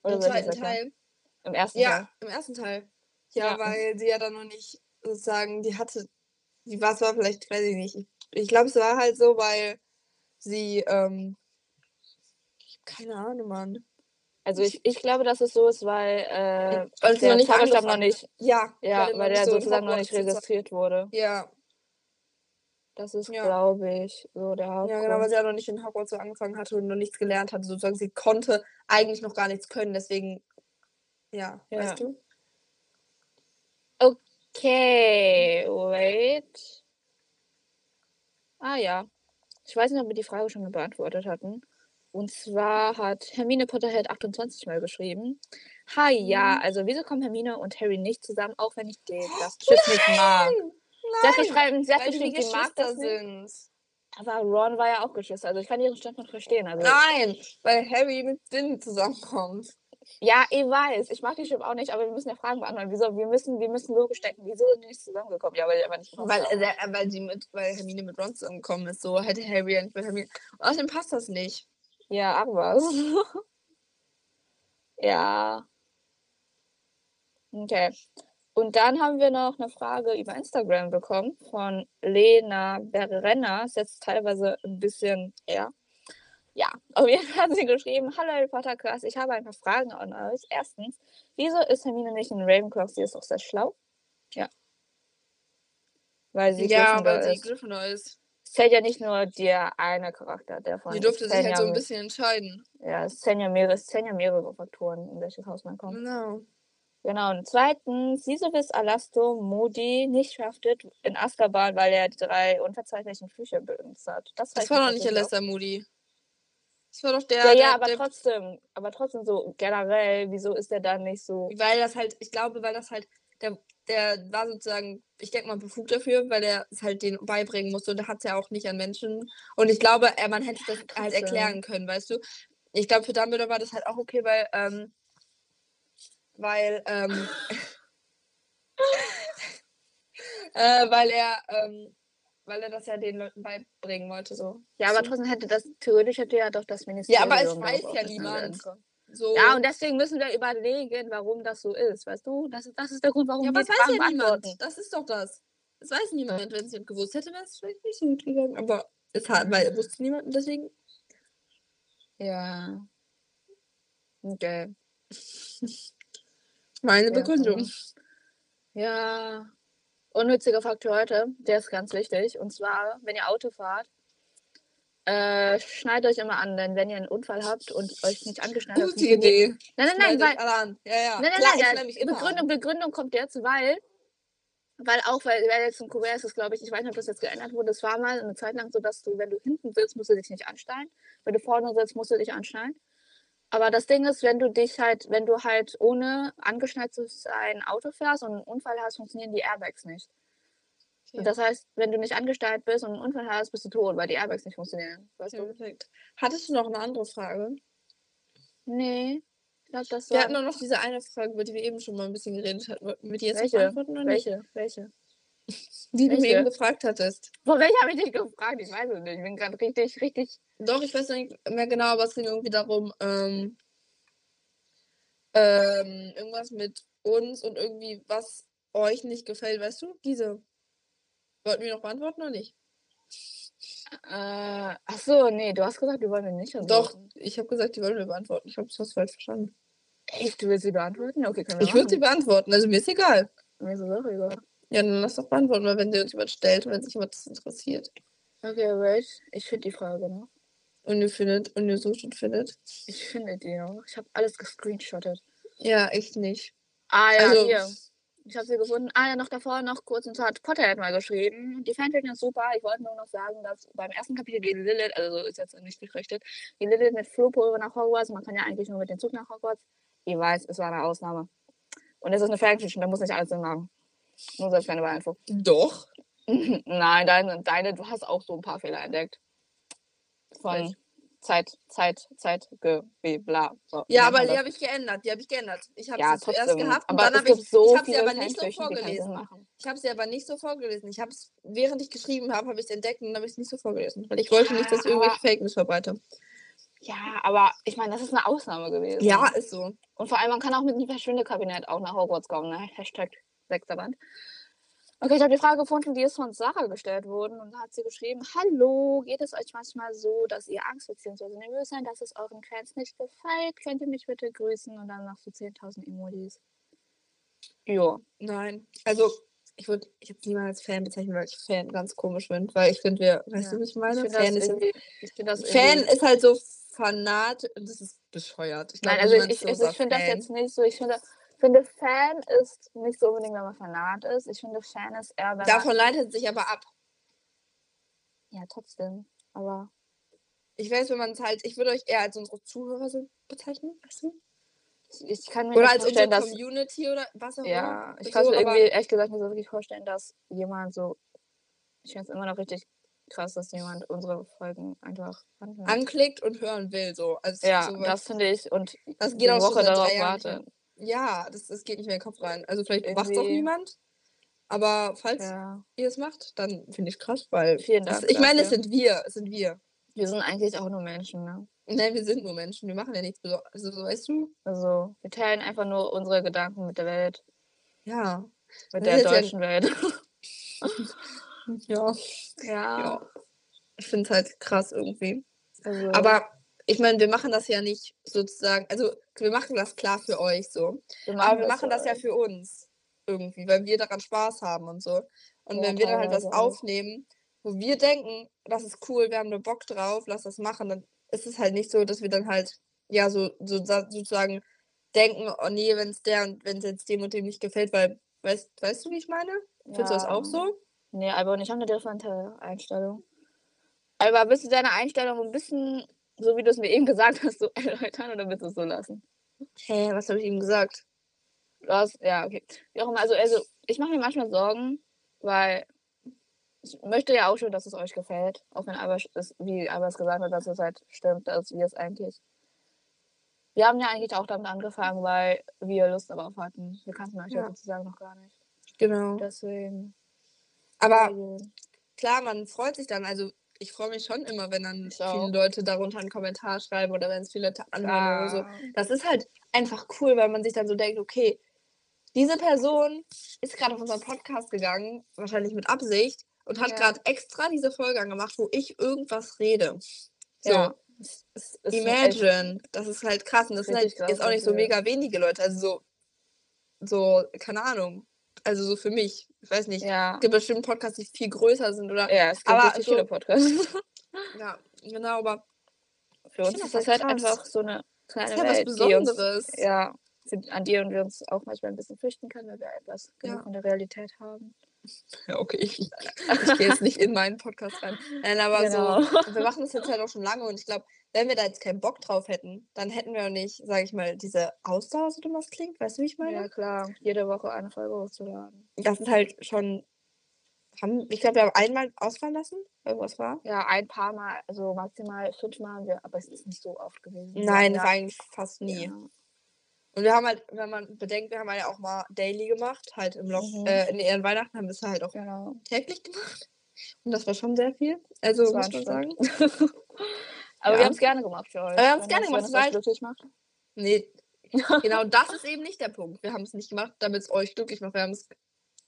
A: Oder
B: im
A: soll ich es
B: zweiten
A: erklären?
B: Teil.
A: Im ersten
B: Ja,
A: Teil.
B: im ersten Teil. Ja,
A: Ja.
B: weil sie ja dann noch nicht sozusagen, die hatte, die war zwar vielleicht, weiß ich nicht. Ich, ich glaube, es war halt so, weil sie, ähm, ich hab keine Ahnung, Mann.
A: Also ich, ich glaube, dass es so ist, weil äh,
B: Weil sie
A: der
B: noch nicht
A: Zauberstab noch
B: angefangen
A: nicht
B: Ja,
A: Ja,
B: noch
A: weil
B: nicht
A: der
B: so in
A: sozusagen noch
B: Hogwarts
A: nicht
B: sozusagen-
A: registriert wurde.
B: Ja,
A: Das ist,
B: Ja.
A: glaube ich, so der
B: ja,
A: Hauptgrund.
B: genau, weil sie ja noch nicht in Hogwarts so angefangen hatte und noch nichts gelernt hatte. Sozusagen, sie konnte eigentlich noch gar nichts können, deswegen, ja,
A: Ja.
B: weißt du?
A: Okay, wait. Ah ja. Ich weiß nicht, ob wir die Frage schon beantwortet hatten. Und zwar hat Hermine Potterhead 28 mal geschrieben. Hi,
B: Mhm.
A: ja, also wieso kommen Hermine und Harry nicht zusammen, auch wenn ich den, das Chip nicht mag? Sie hat geschrieben, sie hat
B: Weil die
A: geschrieben, die mag
B: Geschwister
A: das nicht.
B: sind.
A: Aber Ron war ja auch Geschwister, also ich kann ihren Standpunkt verstehen. Also,
B: Nein, weil Harry mit Finn zusammenkommt.
A: ja, ich weiß, ich mag den Chip auch nicht, aber wir müssen ja Fragen beantworten. Wieso, wir müssen, wir müssen logisch denken, wieso sind die nicht zusammengekommen? Ja, weil die einfach nicht gepasst
B: Weil,
A: haben.
B: er- er- weil, sie mit, weil Hermine mit Ron zusammengekommen ist. So hätte Harry ja nicht mit Hermine. Und außerdem passt das nicht.
A: Ja, ach was. ja. Okay. Und dann haben wir noch eine Frage über Instagram bekommen von Lena Berrenner. Ist jetzt teilweise ein bisschen eher. Ja, auf jeden Fall hat sie geschrieben: Hallo Harry Potter Class, ich habe ein paar Fragen an euch. Erstens, wieso ist Hermine nicht in Ravenclaw? Sie ist doch sehr schlau. Ja. Weil sie
B: ja,
A: Gryffindor
B: weil sie
A: ist.
B: Gryffindor ist.
A: Es zählt ja nicht nur der eine Charakter, der von
B: Sie durfte sich halt so
A: Xenia
B: ein bisschen entscheiden.
A: ja, es zählen ja mehrere, es zählen ja mehrere Faktoren, in welches Haus man kommt.
B: Genau.
A: Genau. Und zweitens, Sisyphus Alasto Modi nicht verhaftet in Azkaban, weil er die drei unverzeihlichen Flüche benutzt hat. Das,
B: Das
A: reicht
B: war doch
A: nicht
B: nicht Alessa Moody. Das war doch der.
A: Ja, ja,
B: der,
A: aber
B: der
A: trotzdem, aber trotzdem so generell, wieso ist er dann nicht so?
B: weil das halt, ich glaube, weil das halt, der, der war sozusagen, ich denke mal, befugt dafür, weil er es halt den beibringen musste und er hat es ja auch nicht an Menschen. Und ich glaube, er, man hätte das halt
A: trotzdem.
B: erklären können, weißt du? Ich glaube, für Dumbledore war das halt auch okay, weil, ähm, weil, ähm, äh, weil er, ähm, weil er das ja den Leuten beibringen wollte, so.
A: Ja, aber
B: so.
A: trotzdem hätte das theoretisch hätte ja doch das Ministerium.
B: aber es
A: darauf
B: weiß ja
A: aufmerksam
B: niemand.
A: werden können.
B: so
A: Ja, und deswegen müssen wir überlegen, warum das so ist, weißt du? Das ist, das ist der Grund, warum
B: Ja,
A: wir
B: aber es
A: um die
B: weiß
A: Fragen
B: ja niemand.
A: beantworten.
B: Das ist doch das. Es weiß niemand. Wenn es jemand gewusst hätte, wäre es vielleicht nicht so gut gegangen. Aber es hat, weil wusste niemand und deswegen.
A: Ja. Okay.
B: Meine
A: Ja,
B: Begründung.
A: genau. Ja, unnütziger Faktor heute, der ist ganz wichtig. Und zwar, wenn ihr Auto fahrt, äh, schneidet euch immer an, denn wenn ihr einen Unfall habt und euch nicht angeschnallt habt,
B: Gute
A: funktioniert-
B: Idee.
A: Nein, nein, nein,
B: Schneidet
A: weil,
B: alle an. Ja, ja.
A: nein, nein,
B: Klar, ich
A: nein,
B: schneide mich
A: nein
B: immer
A: Begründung,
B: an.
A: Begründung kommt jetzt, weil, weil auch, weil, weil jetzt in Korea ist es, glaube ich, ich weiß nicht, ob das jetzt geändert wurde, es war mal eine Zeit lang so, dass du, wenn du hinten sitzt, musst du dich nicht anschnallen, wenn du vorne sitzt, musst du dich anschnallen. Aber das Ding ist, wenn du dich halt, wenn du halt ohne angeschnallt zu sein Auto fährst und einen Unfall hast, funktionieren die Airbags nicht.
B: Okay.
A: Und das heißt, wenn du nicht angestellt bist und einen Unfall hast, bist du tot, weil die Airbags nicht funktionieren. Weißt
B: Ja,
A: du?
B: perfekt. Hattest du noch eine andere Frage?
A: Nee. Ich glaube, das
B: Wir
A: war.
B: hatten nur noch diese eine Frage, über die wir eben schon mal ein bisschen geredet hatten. Wollten wir die jetzt noch
A: Welche?
B: beantworten oder nicht?
A: welche? Welche?
B: Die du mir
A: Welche?
B: eben gefragt hattest.
A: Von welcher habe ich dich gefragt? Ich weiß es nicht. Ich bin gerade richtig, richtig.
B: Doch, ich weiß nicht mehr genau, aber es ging irgendwie darum, ähm, ähm, irgendwas mit uns und irgendwie, was euch nicht gefällt, weißt du? Diese. Wollten wir noch beantworten oder nicht?
A: Äh, ach so, nee, du hast gesagt, wir wollen ihn nicht.
B: Doch,
A: beantworten.
B: ich habe gesagt, die wollen wir beantworten. Ich habe es fast falsch verstanden.
A: Echt, du willst sie beantworten? Okay, können wir
B: Ich würde sie beantworten, also mir ist egal.
A: Mir ist es auch egal.
B: Ja, dann lass doch beantworten, weil wenn sie uns jemand stellt und wenn sich jemand das interessiert
A: Okay, wait. Ich finde die Frage noch.
B: und ihr findet und ihr sucht und findet.
A: Ich finde die noch. Ich habe alles gescreenshottet.
B: Ja, ich nicht.
A: Ah ja,
B: Also,
A: hier. Ich habe sie gefunden. Ah ja, noch davor, noch kurz. Und zwar hat Potter hat mal geschrieben. Die Fanfiction ist super. Ich wollte nur noch sagen, dass beim ersten Kapitel die Lilith, also ist jetzt nicht gerichtet, die Lilith mit Flohpulver nach Hogwarts. Man kann ja eigentlich nur mit dem Zug nach Hogwarts. Ich weiß, es war eine Ausnahme. Und es ist eine Fanfiction, da muss nicht alles Sinn machen. Nur selbst keine Beeinflussung.
B: doch.
A: Nein, deine, deine, du hast auch so ein paar Fehler entdeckt. Von Zeit, Zeit, Zeit, ge, be, bla. So,
B: Ja,
A: nennt
B: aber
A: man
B: die
A: das.
B: habe ich geändert. Die habe ich geändert. Ich habe
A: ja,
B: sie zuerst
A: trotzdem.
B: gehabt und
A: aber
B: dann
A: es
B: habe
A: gibt
B: ich,
A: so
B: ich habe sie
A: viele
B: aber nicht so
A: Fanfiction, die keinen Sinn
B: vorgelesen.
A: machen.
B: Ich habe sie aber nicht so vorgelesen. Ich habe es, während ich geschrieben habe, habe ich es entdeckt und dann habe ich es nicht so vorgelesen. Weil ich wollte nicht, dass ich
A: Ja,
B: irgendwelche
A: aber-
B: Fake News verbreite.
A: Ja, aber ich meine, das ist eine Ausnahme gewesen.
B: Ja, ist so.
A: Und vor allem, man kann auch mit dem Verschwindekabinett auch nach Hogwarts kommen, ne? Hashtag sechster Band. Okay, ich habe die Frage gefunden, die ist von Sarah gestellt worden und da hat sie geschrieben, Hallo, geht es euch manchmal so, dass ihr Angst bzw. nervös seid, dass es euren Fans nicht gefällt? Könnt ihr mich bitte grüßen? Und dann noch so 10.000 Emojis. Jo.
B: Nein. Also, ich würde ich jetzt niemals als Fan bezeichnen, weil ich Fan ganz komisch finde. Weil ich finde, wir, weißt
A: Ja.
B: du, wie ich
A: Ich
B: meine?
A: finde das,
B: Fan, ist,
A: irgendwie- ich find das
B: Fan
A: irgendwie-
B: ist halt so Fanat und das ist bescheuert. Ich
A: Nein,
B: glaub,
A: also ich,
B: niemand
A: ich,
B: ist
A: ich,
B: unser
A: ich finde das
B: Fan.
A: jetzt nicht so. Ich finde, finde, Fan ist nicht so unbedingt, wenn man Fanat ist. Ich finde, Fan ist eher, wenn man
B: Davon leitet es sich aber ab.
A: Ja, trotzdem. Aber
B: Ich weiß, wenn man es halt, ich würde euch eher als unsere Zuhörer so bezeichnen, weißt du?
A: Ich kann mir
B: Oder
A: nicht
B: als unsere
A: vorstellen, dass.
B: Community oder was auch immer.
A: Ja, ich
B: So,
A: kann mir
B: aber-
A: irgendwie, ehrlich gesagt, nicht so wirklich vorstellen, dass jemand so. Ich finde es immer noch richtig krass, dass jemand unsere Folgen einfach anhört.
B: Anklickt und hören will, so. Also
A: ja,
B: so
A: das finde ich. Und
B: das
A: die
B: geht auch
A: Woche
B: schon Genau, seit
A: darauf
B: drei Jahren nicht mehr.
A: warten.
B: Ja, das, das geht nicht mehr in den Kopf rein. Also vielleicht macht es auch
A: Irgendwie-
B: niemand. Aber falls
A: Ja.
B: ihr es macht, dann finde ich krass, weil.
A: Vielen
B: Das,
A: Dank.
B: ich meine, es
A: dafür.
B: sind wir. Es sind wir.
A: wir sind eigentlich auch nur Menschen, ne?
B: Nein, wir sind nur Menschen. Wir machen ja nichts Besonderes. Also, so, weißt du?
A: Also, wir teilen einfach nur unsere Gedanken mit der Welt,
B: Ja. Das
A: mit der
B: ist ja-
A: deutschen Welt.
B: Ja.
A: Ja.
B: ja. Ich finde es halt krass irgendwie.
A: Also,
B: Aber ich meine, wir machen das ja nicht sozusagen, also wir machen das klar für euch so.
A: wir
B: Aber wir machen das
A: ja.
B: ja für uns irgendwie, weil wir daran Spaß haben und so. Und
A: Ja,
B: wenn wir dann halt was
A: teilweise auch.
B: aufnehmen, wo wir denken, das ist cool, wir haben da Bock drauf, lass das machen, dann ist es halt nicht so, dass wir dann halt, ja, so, so sa- sozusagen denken, oh nee, wenn es der und wenn es jetzt dem und dem nicht gefällt, weil, weißt, weißt du, wie ich meine? Findest du das auch so?
A: Nee, Alba und ich haben eine differente Einstellung. Alba, bist du deine Einstellung ein bisschen, so wie du es mir eben gesagt hast, so erläutern oder willst du es so lassen?
B: Hä, was habe ich ihm gesagt?
A: Du hast, ja, okay. Wie auch immer, also, also ich mache mir manchmal Sorgen, weil ich möchte ja auch schon, dass es euch gefällt. Auch wenn Albers es, wie Albers gesagt hat, dass es halt stimmt, dass wir es eigentlich. Wir haben ja eigentlich auch damit angefangen, weil wir Lust darauf hatten. Wir kannten euch ja,
B: Ja.
A: sozusagen noch gar nicht.
B: Genau.
A: Deswegen.
B: Aber
A: also,
B: klar, man freut sich dann. Also ich freue mich schon immer, wenn dann
A: Ich
B: viele
A: auch.
B: Leute darunter einen Kommentar schreiben oder wenn es viele Leute anhören oder so.
A: klar.
B: Das ist halt einfach cool, weil man sich dann so denkt, okay, diese Person ist gerade auf unseren Podcast gegangen, wahrscheinlich mit Absicht, und hat
A: Ja.
B: gerade extra diese Folge angemacht, wo ich irgendwas rede. So.
A: Ja. Es- es-
B: halt
A: es ist halt echt-
B: Imagine, das ist halt krass und das sind halt
A: Richtig krass,
B: jetzt auch nicht so
A: okay.
B: mega wenige Leute, also so, so, keine Ahnung, also so für mich, ich weiß nicht,
A: Ja.
B: es gibt bestimmt Podcasts, die viel größer sind oder,
A: Genau, Ja, es gibt
B: Aber
A: richtig
B: so-
A: viele Podcasts.
B: ja, genau, aber
A: Für
B: Ich
A: uns
B: find
A: ist
B: das
A: das halt
B: halt krass.
A: einfach so eine
B: Das
A: kleine
B: ist ja was
A: Welt, die uns
B: Besonderes.
A: ja, für, an die und wir uns auch manchmal ein bisschen fürchten können, weil wir etwas genug
B: Ja.
A: von der Realität haben.
B: Ja, okay. Ich, ich gehe jetzt nicht in meinen Podcast rein. Nein, aber so,
A: Genau.
B: wir machen das jetzt halt auch schon lange und ich glaube, wenn wir da jetzt keinen Bock drauf hätten, dann hätten wir auch nicht, sage ich mal, diese Ausdauer, so dumm das klingt. Weißt du, wie ich
A: Ja,
B: meine?
A: klar, jede Woche eine Folge hochzuladen.
B: Das ist halt schon. Haben, ich glaube, wir haben einmal ausfallen lassen. Irgendwas war.
A: Ja, ein paar Mal, also maximal fünfmal haben wir, aber es ist nicht so oft gewesen.
B: Nein,
A: ja,
B: das war eigentlich fast nie.
A: Ja.
B: Und wir haben halt, wenn man bedenkt, wir haben ja auch mal Daily gemacht, halt im Lock.
A: Mhm.
B: Äh, nee, an Weihnachten haben wir es halt auch
A: Genau.
B: täglich gemacht. Und das war schon sehr viel. Also,
A: Das war
B: muss man sagen.
A: anstrengend. Aber wir
B: Ja.
A: haben es gerne gemacht für euch.
B: wir haben's
A: Wenn
B: gerne
A: das-
B: gemacht,
A: Wenn
B: es war
A: das euch
B: halt-
A: glücklich macht.
B: Nee, genau das ist eben nicht der Punkt. Wir haben es nicht gemacht, damit es euch glücklich macht. Wir haben es,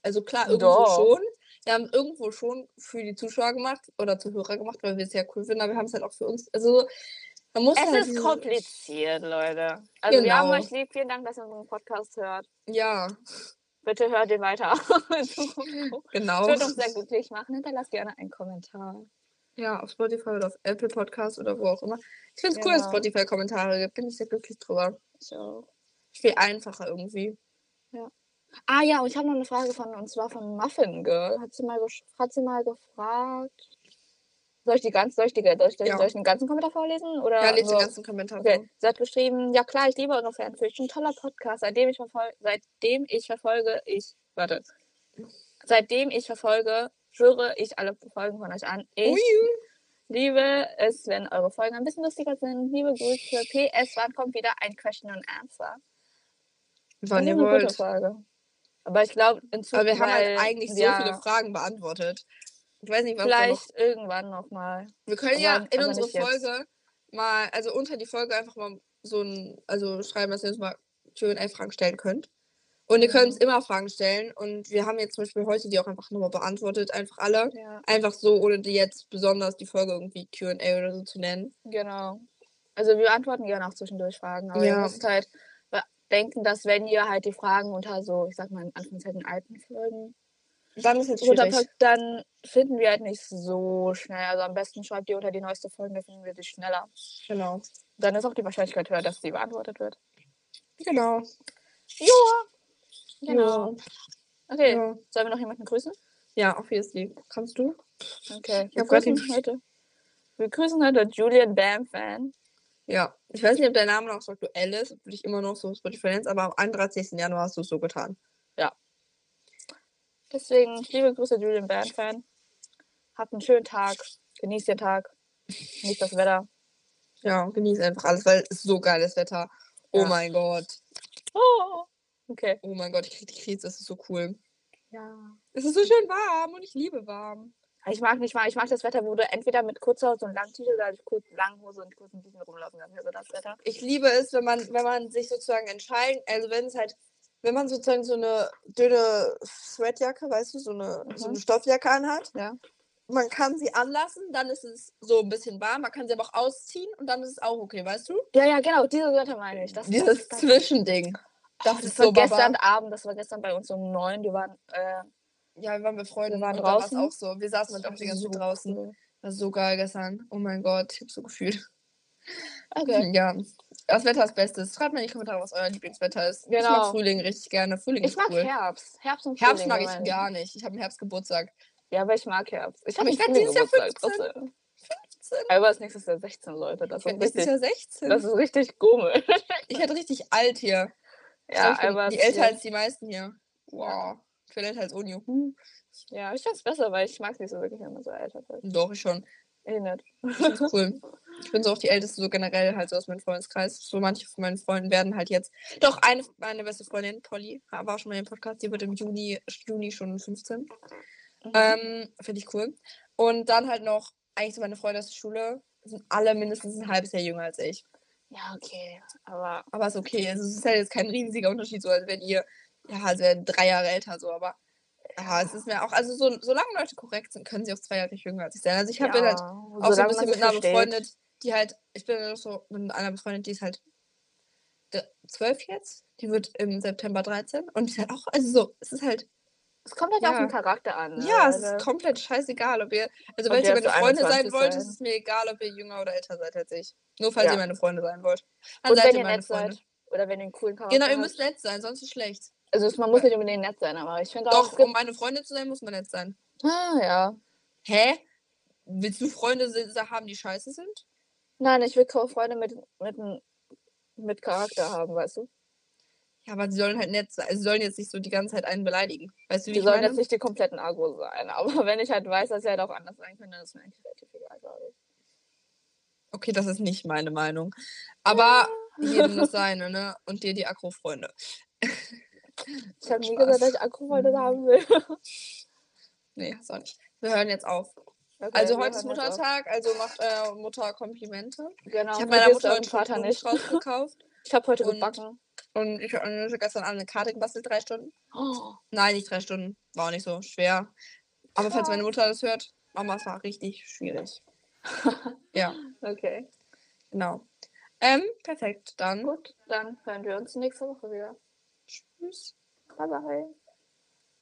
B: also klar, irgendwo
A: Doch.
B: schon. Wir haben es irgendwo schon für die Zuschauer gemacht oder Zuhörer gemacht, weil wir es ja cool finden, aber wir haben es halt auch für uns. Also, man muss halt
A: Es ist
B: diese-
A: kompliziert, Leute. Also wir haben
B: Genau.
A: euch lieb. Vielen Dank, dass ihr unseren Podcast hört.
B: Ja,
A: Bitte hört den weiter. in Zukunft auch.
B: genau.
A: Es wird uns sehr glücklich machen. Hinterlasst gerne einen Kommentar.
B: Ja, auf Spotify oder auf Apple Podcast oder wo auch immer. Ich finde es cool, dass
A: Ja.
B: Spotify Kommentare gibt. Bin ich sehr glücklich drüber.
A: Ich auch.
B: Viel einfacher irgendwie.
A: Ah ja, und ich habe noch eine Frage von, und zwar von Muffin Girl. Hat sie mal, gesch- hat sie mal gefragt. Soll ich, die ganz, soll, ich die, soll, ich, soll, ich,
B: Ja.
A: soll ich den ganzen Kommentar vorlesen? Oder
B: Ja, lest die
A: nur-
B: ganzen Kommentare.
A: okay. Sie hat geschrieben, ja klar, ich liebe eure Fanfiction. Toller Podcast, seitdem ich verfolge, seitdem ich verfolge, ich, warte. Seitdem ich verfolge, höre ich alle Folgen von euch an. Ich
B: Ui.
A: liebe es, wenn eure Folgen ein bisschen lustiger sind. Liebe Grüße. PS, wann kommt wieder ein Question and Answer?
B: Wann ihr
A: das ist eine gute
B: wollt.
A: Frage. Aber ich glaube, in Zukunft.
B: Aber wir haben halt eigentlich so
A: ja,
B: viele Fragen beantwortet. Ich weiß nicht, was da noch
A: Vielleicht irgendwann nochmal.
B: Wir können
A: Aber-
B: ja in
A: aber
B: unsere
A: nicht jetzt.
B: Folge mal, also unter die Folge einfach mal so ein, also schreiben, dass ihr uns mal QA-Fragen stellen könnt. Und ihr
A: Mhm.
B: könnt uns immer Fragen stellen. Und wir haben jetzt zum Beispiel heute die auch einfach nochmal beantwortet, einfach alle.
A: Ja,
B: Einfach so, ohne die jetzt besonders die Folge irgendwie QA oder so zu nennen.
A: genau. Also, wir antworten gerne auch zwischendurch Fragen. Aber ihr
B: Ja.
A: müsst halt denken, dass wenn ihr halt die Fragen unter so, ich sag mal, in Anführungszeichen alten Folgen
B: Dann ist jetzt schwierig.
A: runterpackt, dann finden wir halt nicht so schnell. Also, am besten schreibt ihr unter die neueste Folge, dann finden wir sie schneller.
B: Genau.
A: Dann ist auch die Wahrscheinlichkeit höher, dass sie beantwortet wird.
B: Genau.
A: Genau. Okay,
B: Ja,
A: sollen wir noch jemanden grüßen?
B: ja obviously. genau. Kannst du?
A: Okay,
B: hab grad
A: grüßen
B: den-
A: heute. Wir grüßen heute Julian Bam-Fan.
B: Ja, ich weiß nicht, ob der Name noch so aktuell ist, ob du dich immer noch so auf Spotify nennst, aber am 31. Januar hast du es so getan.
A: Deswegen, liebe Grüße, Julian Bam-Fan. Habt einen schönen Tag. Genießt den Tag. Nicht das Wetter.
B: Ja, genieß einfach alles, weil es ist so geiles Wetter. Oh
A: Ja.
B: mein Gott.
A: Oh. Okay.
B: Oh mein Gott, ich krieg die Krise, es ist so cool.
A: Ja.
B: Es ist so schön warm und ich liebe warm.
A: Ich mag nicht mal, ich mag das Wetter, wo du entweder mit kurzer Hose und langem T-Shirt oder mit kurzen langen Hose und kurzen T-Shirt rumlaufen kannst. Also das Wetter.
B: Ich liebe es, wenn man, wenn man sich sozusagen entscheiden, also wenn es halt, wenn man sozusagen so eine dünne Sweatjacke, weißt du, so eine, so
A: Mhm.
B: eine Stoffjacke anhat.
A: Ja.
B: Man kann sie anlassen, dann ist es so ein bisschen warm, man kann sie aber auch ausziehen und dann ist es auch okay, weißt du?
A: Ja, ja, genau, dieses Wetter meine ich. Das,
B: Dieses
A: das, das,
B: Zwischending. Das,
A: das
B: ist
A: war
B: so
A: gestern
B: gestern.
A: Abend, das war gestern bei uns um neun. Die waren äh,
B: Ja, wir waren befreundet.
A: Wir waren
B: und da war's
A: draußen.
B: auch so. Wir saßen
A: das
B: halt auch die
A: war
B: ganze Zeit
A: so
B: draußen.
A: cool.
B: Das ist so geil gestern. Oh mein Gott, ich hab so gefühlt.
A: Okay.
B: Ja, das Wetter ist Bestes. Schreibt mal in die Kommentare, was euer Lieblingswetter ist. Ich mag
A: Genau.
B: Frühling richtig gerne. Frühling
A: Ich
B: ist
A: mag
B: cool.
A: Herbst. Herbst und
B: Herbst
A: Frühling,
B: mag
A: meine
B: ich gar nicht. Ich habe einen Herbstgeburtstag.
A: Ja, aber ich mag Herbst. Ich habe
B: Aber ich
A: nicht
B: werd dieses
A: Frühling
B: Jahr
A: Geburtstag
B: 15.
A: trotzdem.
B: 15.
A: Aber als nächstes Jahr 16, Leute. Das
B: Ich bin
A: ist
B: nächstes
A: richtig,
B: Jahr 16.
A: das ist richtig komisch.
B: ich werde richtig alt hier.
A: Ja,
B: ich glaube,
A: aber
B: ich bin die
A: es-
B: älter als die meisten hier. Wow. Ich bin älter als Uni. Hm.
A: Ja, ich fand's besser, weil ich mag nicht so wirklich, wenn man so älter wird.
B: Doch, ich schon.
A: Eh nicht.
B: Das ist cool. Ich bin so auch die Älteste, so generell halt so aus meinem Freundeskreis. So manche von meinen Freunden werden halt jetzt. Doch, eine meine beste Freundin, Polly, war schon mal im Podcast. Die wird im Juni, Juni schon 15.
A: Mhm.
B: Ähm, Finde ich cool. Und dann halt noch, eigentlich so meine Freunde aus der Schule sind alle mindestens ein halbes Jahr jünger als ich.
A: Ja, okay. Aber
B: Aber ist okay. Also, es ist halt jetzt kein riesiger Unterschied, so als wenn ihr, ja, also wären drei Jahre älter, so, aber. Ja, es ist mir auch, also so, solange Leute korrekt sind, können sie auch zwei Jahre jünger als ich sein. Also ich habe
A: ja,
B: halt auch so ein
A: solange
B: bisschen
A: man
B: mit
A: sich
B: einer
A: versteht.
B: befreundet, die halt, ich bin ja auch so mit einer befreundet, die ist halt dr- zwölf jetzt, die wird im September 13 und die ist halt auch, also so, es ist halt,
A: Es kommt halt auf
B: Ja.
A: den Charakter an. ne?
B: ja, es ist
A: Leute.
B: komplett scheißegal, ob ihr, also
A: Ob
B: wenn
A: ihr
B: ihr meine
A: jetzt so
B: Freunde sein
A: 21
B: wollt,
A: seid.
B: ist es mir egal, ob ihr jünger oder älter seid als ich. Nur falls
A: Ja.
B: ihr meine Freunde sein wollt. Dann
A: Und
B: seid
A: wenn
B: ihr
A: ihr
B: meine
A: nett
B: Freunde.
A: seid. Oder wenn ihr einen coolen Charakter
B: Genau, ihr
A: habt.
B: müsst nett sein, sonst ist schlecht.
A: Also es- man muss nicht unbedingt nett sein, aber ich finde auch. es
B: Doch, um
A: gibt-
B: meine Freundin zu sein, muss man nett sein.
A: ah, ja.
B: Hä? Willst du Freunde se- haben, die scheiße sind?
A: Nein, ich will keine Freunde mit, mit, n- mit Charakter haben, weißt du?
B: Ja, aber sie sollen halt nett sein. Also sie sollen jetzt nicht so die ganze Zeit einen beleidigen. Weißt du, wie
A: Die
B: ich
A: sollen
B: meine?
A: jetzt nicht die kompletten Agro sein. Aber wenn ich halt weiß, dass sie halt auch anders sein können, dann ist mir eigentlich relativ egal, glaube ich.
B: Okay, das ist nicht meine Meinung. Aber jedem das seine, ne? Und dir die Akro-Freunde.
A: Ich habe nie
B: Spaß.
A: gesagt, dass ich Agro-Freunde
B: Mhm.
A: haben will.
B: Nee, hast auch nicht. Wir hören jetzt auf.
A: Okay,
B: also
A: wir
B: heute ist
A: hören jetzt auf.
B: Muttertag, also macht eurer Mutter Komplimente.
A: Genau.
B: ich habe
A: vergiss
B: meiner Mutter
A: euren
B: einen Vater nicht gekauft.
A: Ich habe heute
B: Und-
A: gebacken.
B: Und ich habe gestern Abend eine Karte gebastelt, drei Stunden.
A: Oh,
B: Nein, nicht drei Stunden. War auch nicht so schwer. Aber falls meine Mutter das hört, Mama, es war richtig schwierig. ja,
A: okay.
B: genau. Ähm, perfekt. Dann
A: Gut, dann hören wir uns nächste Woche wieder.
B: tschüss.
A: Bye bye.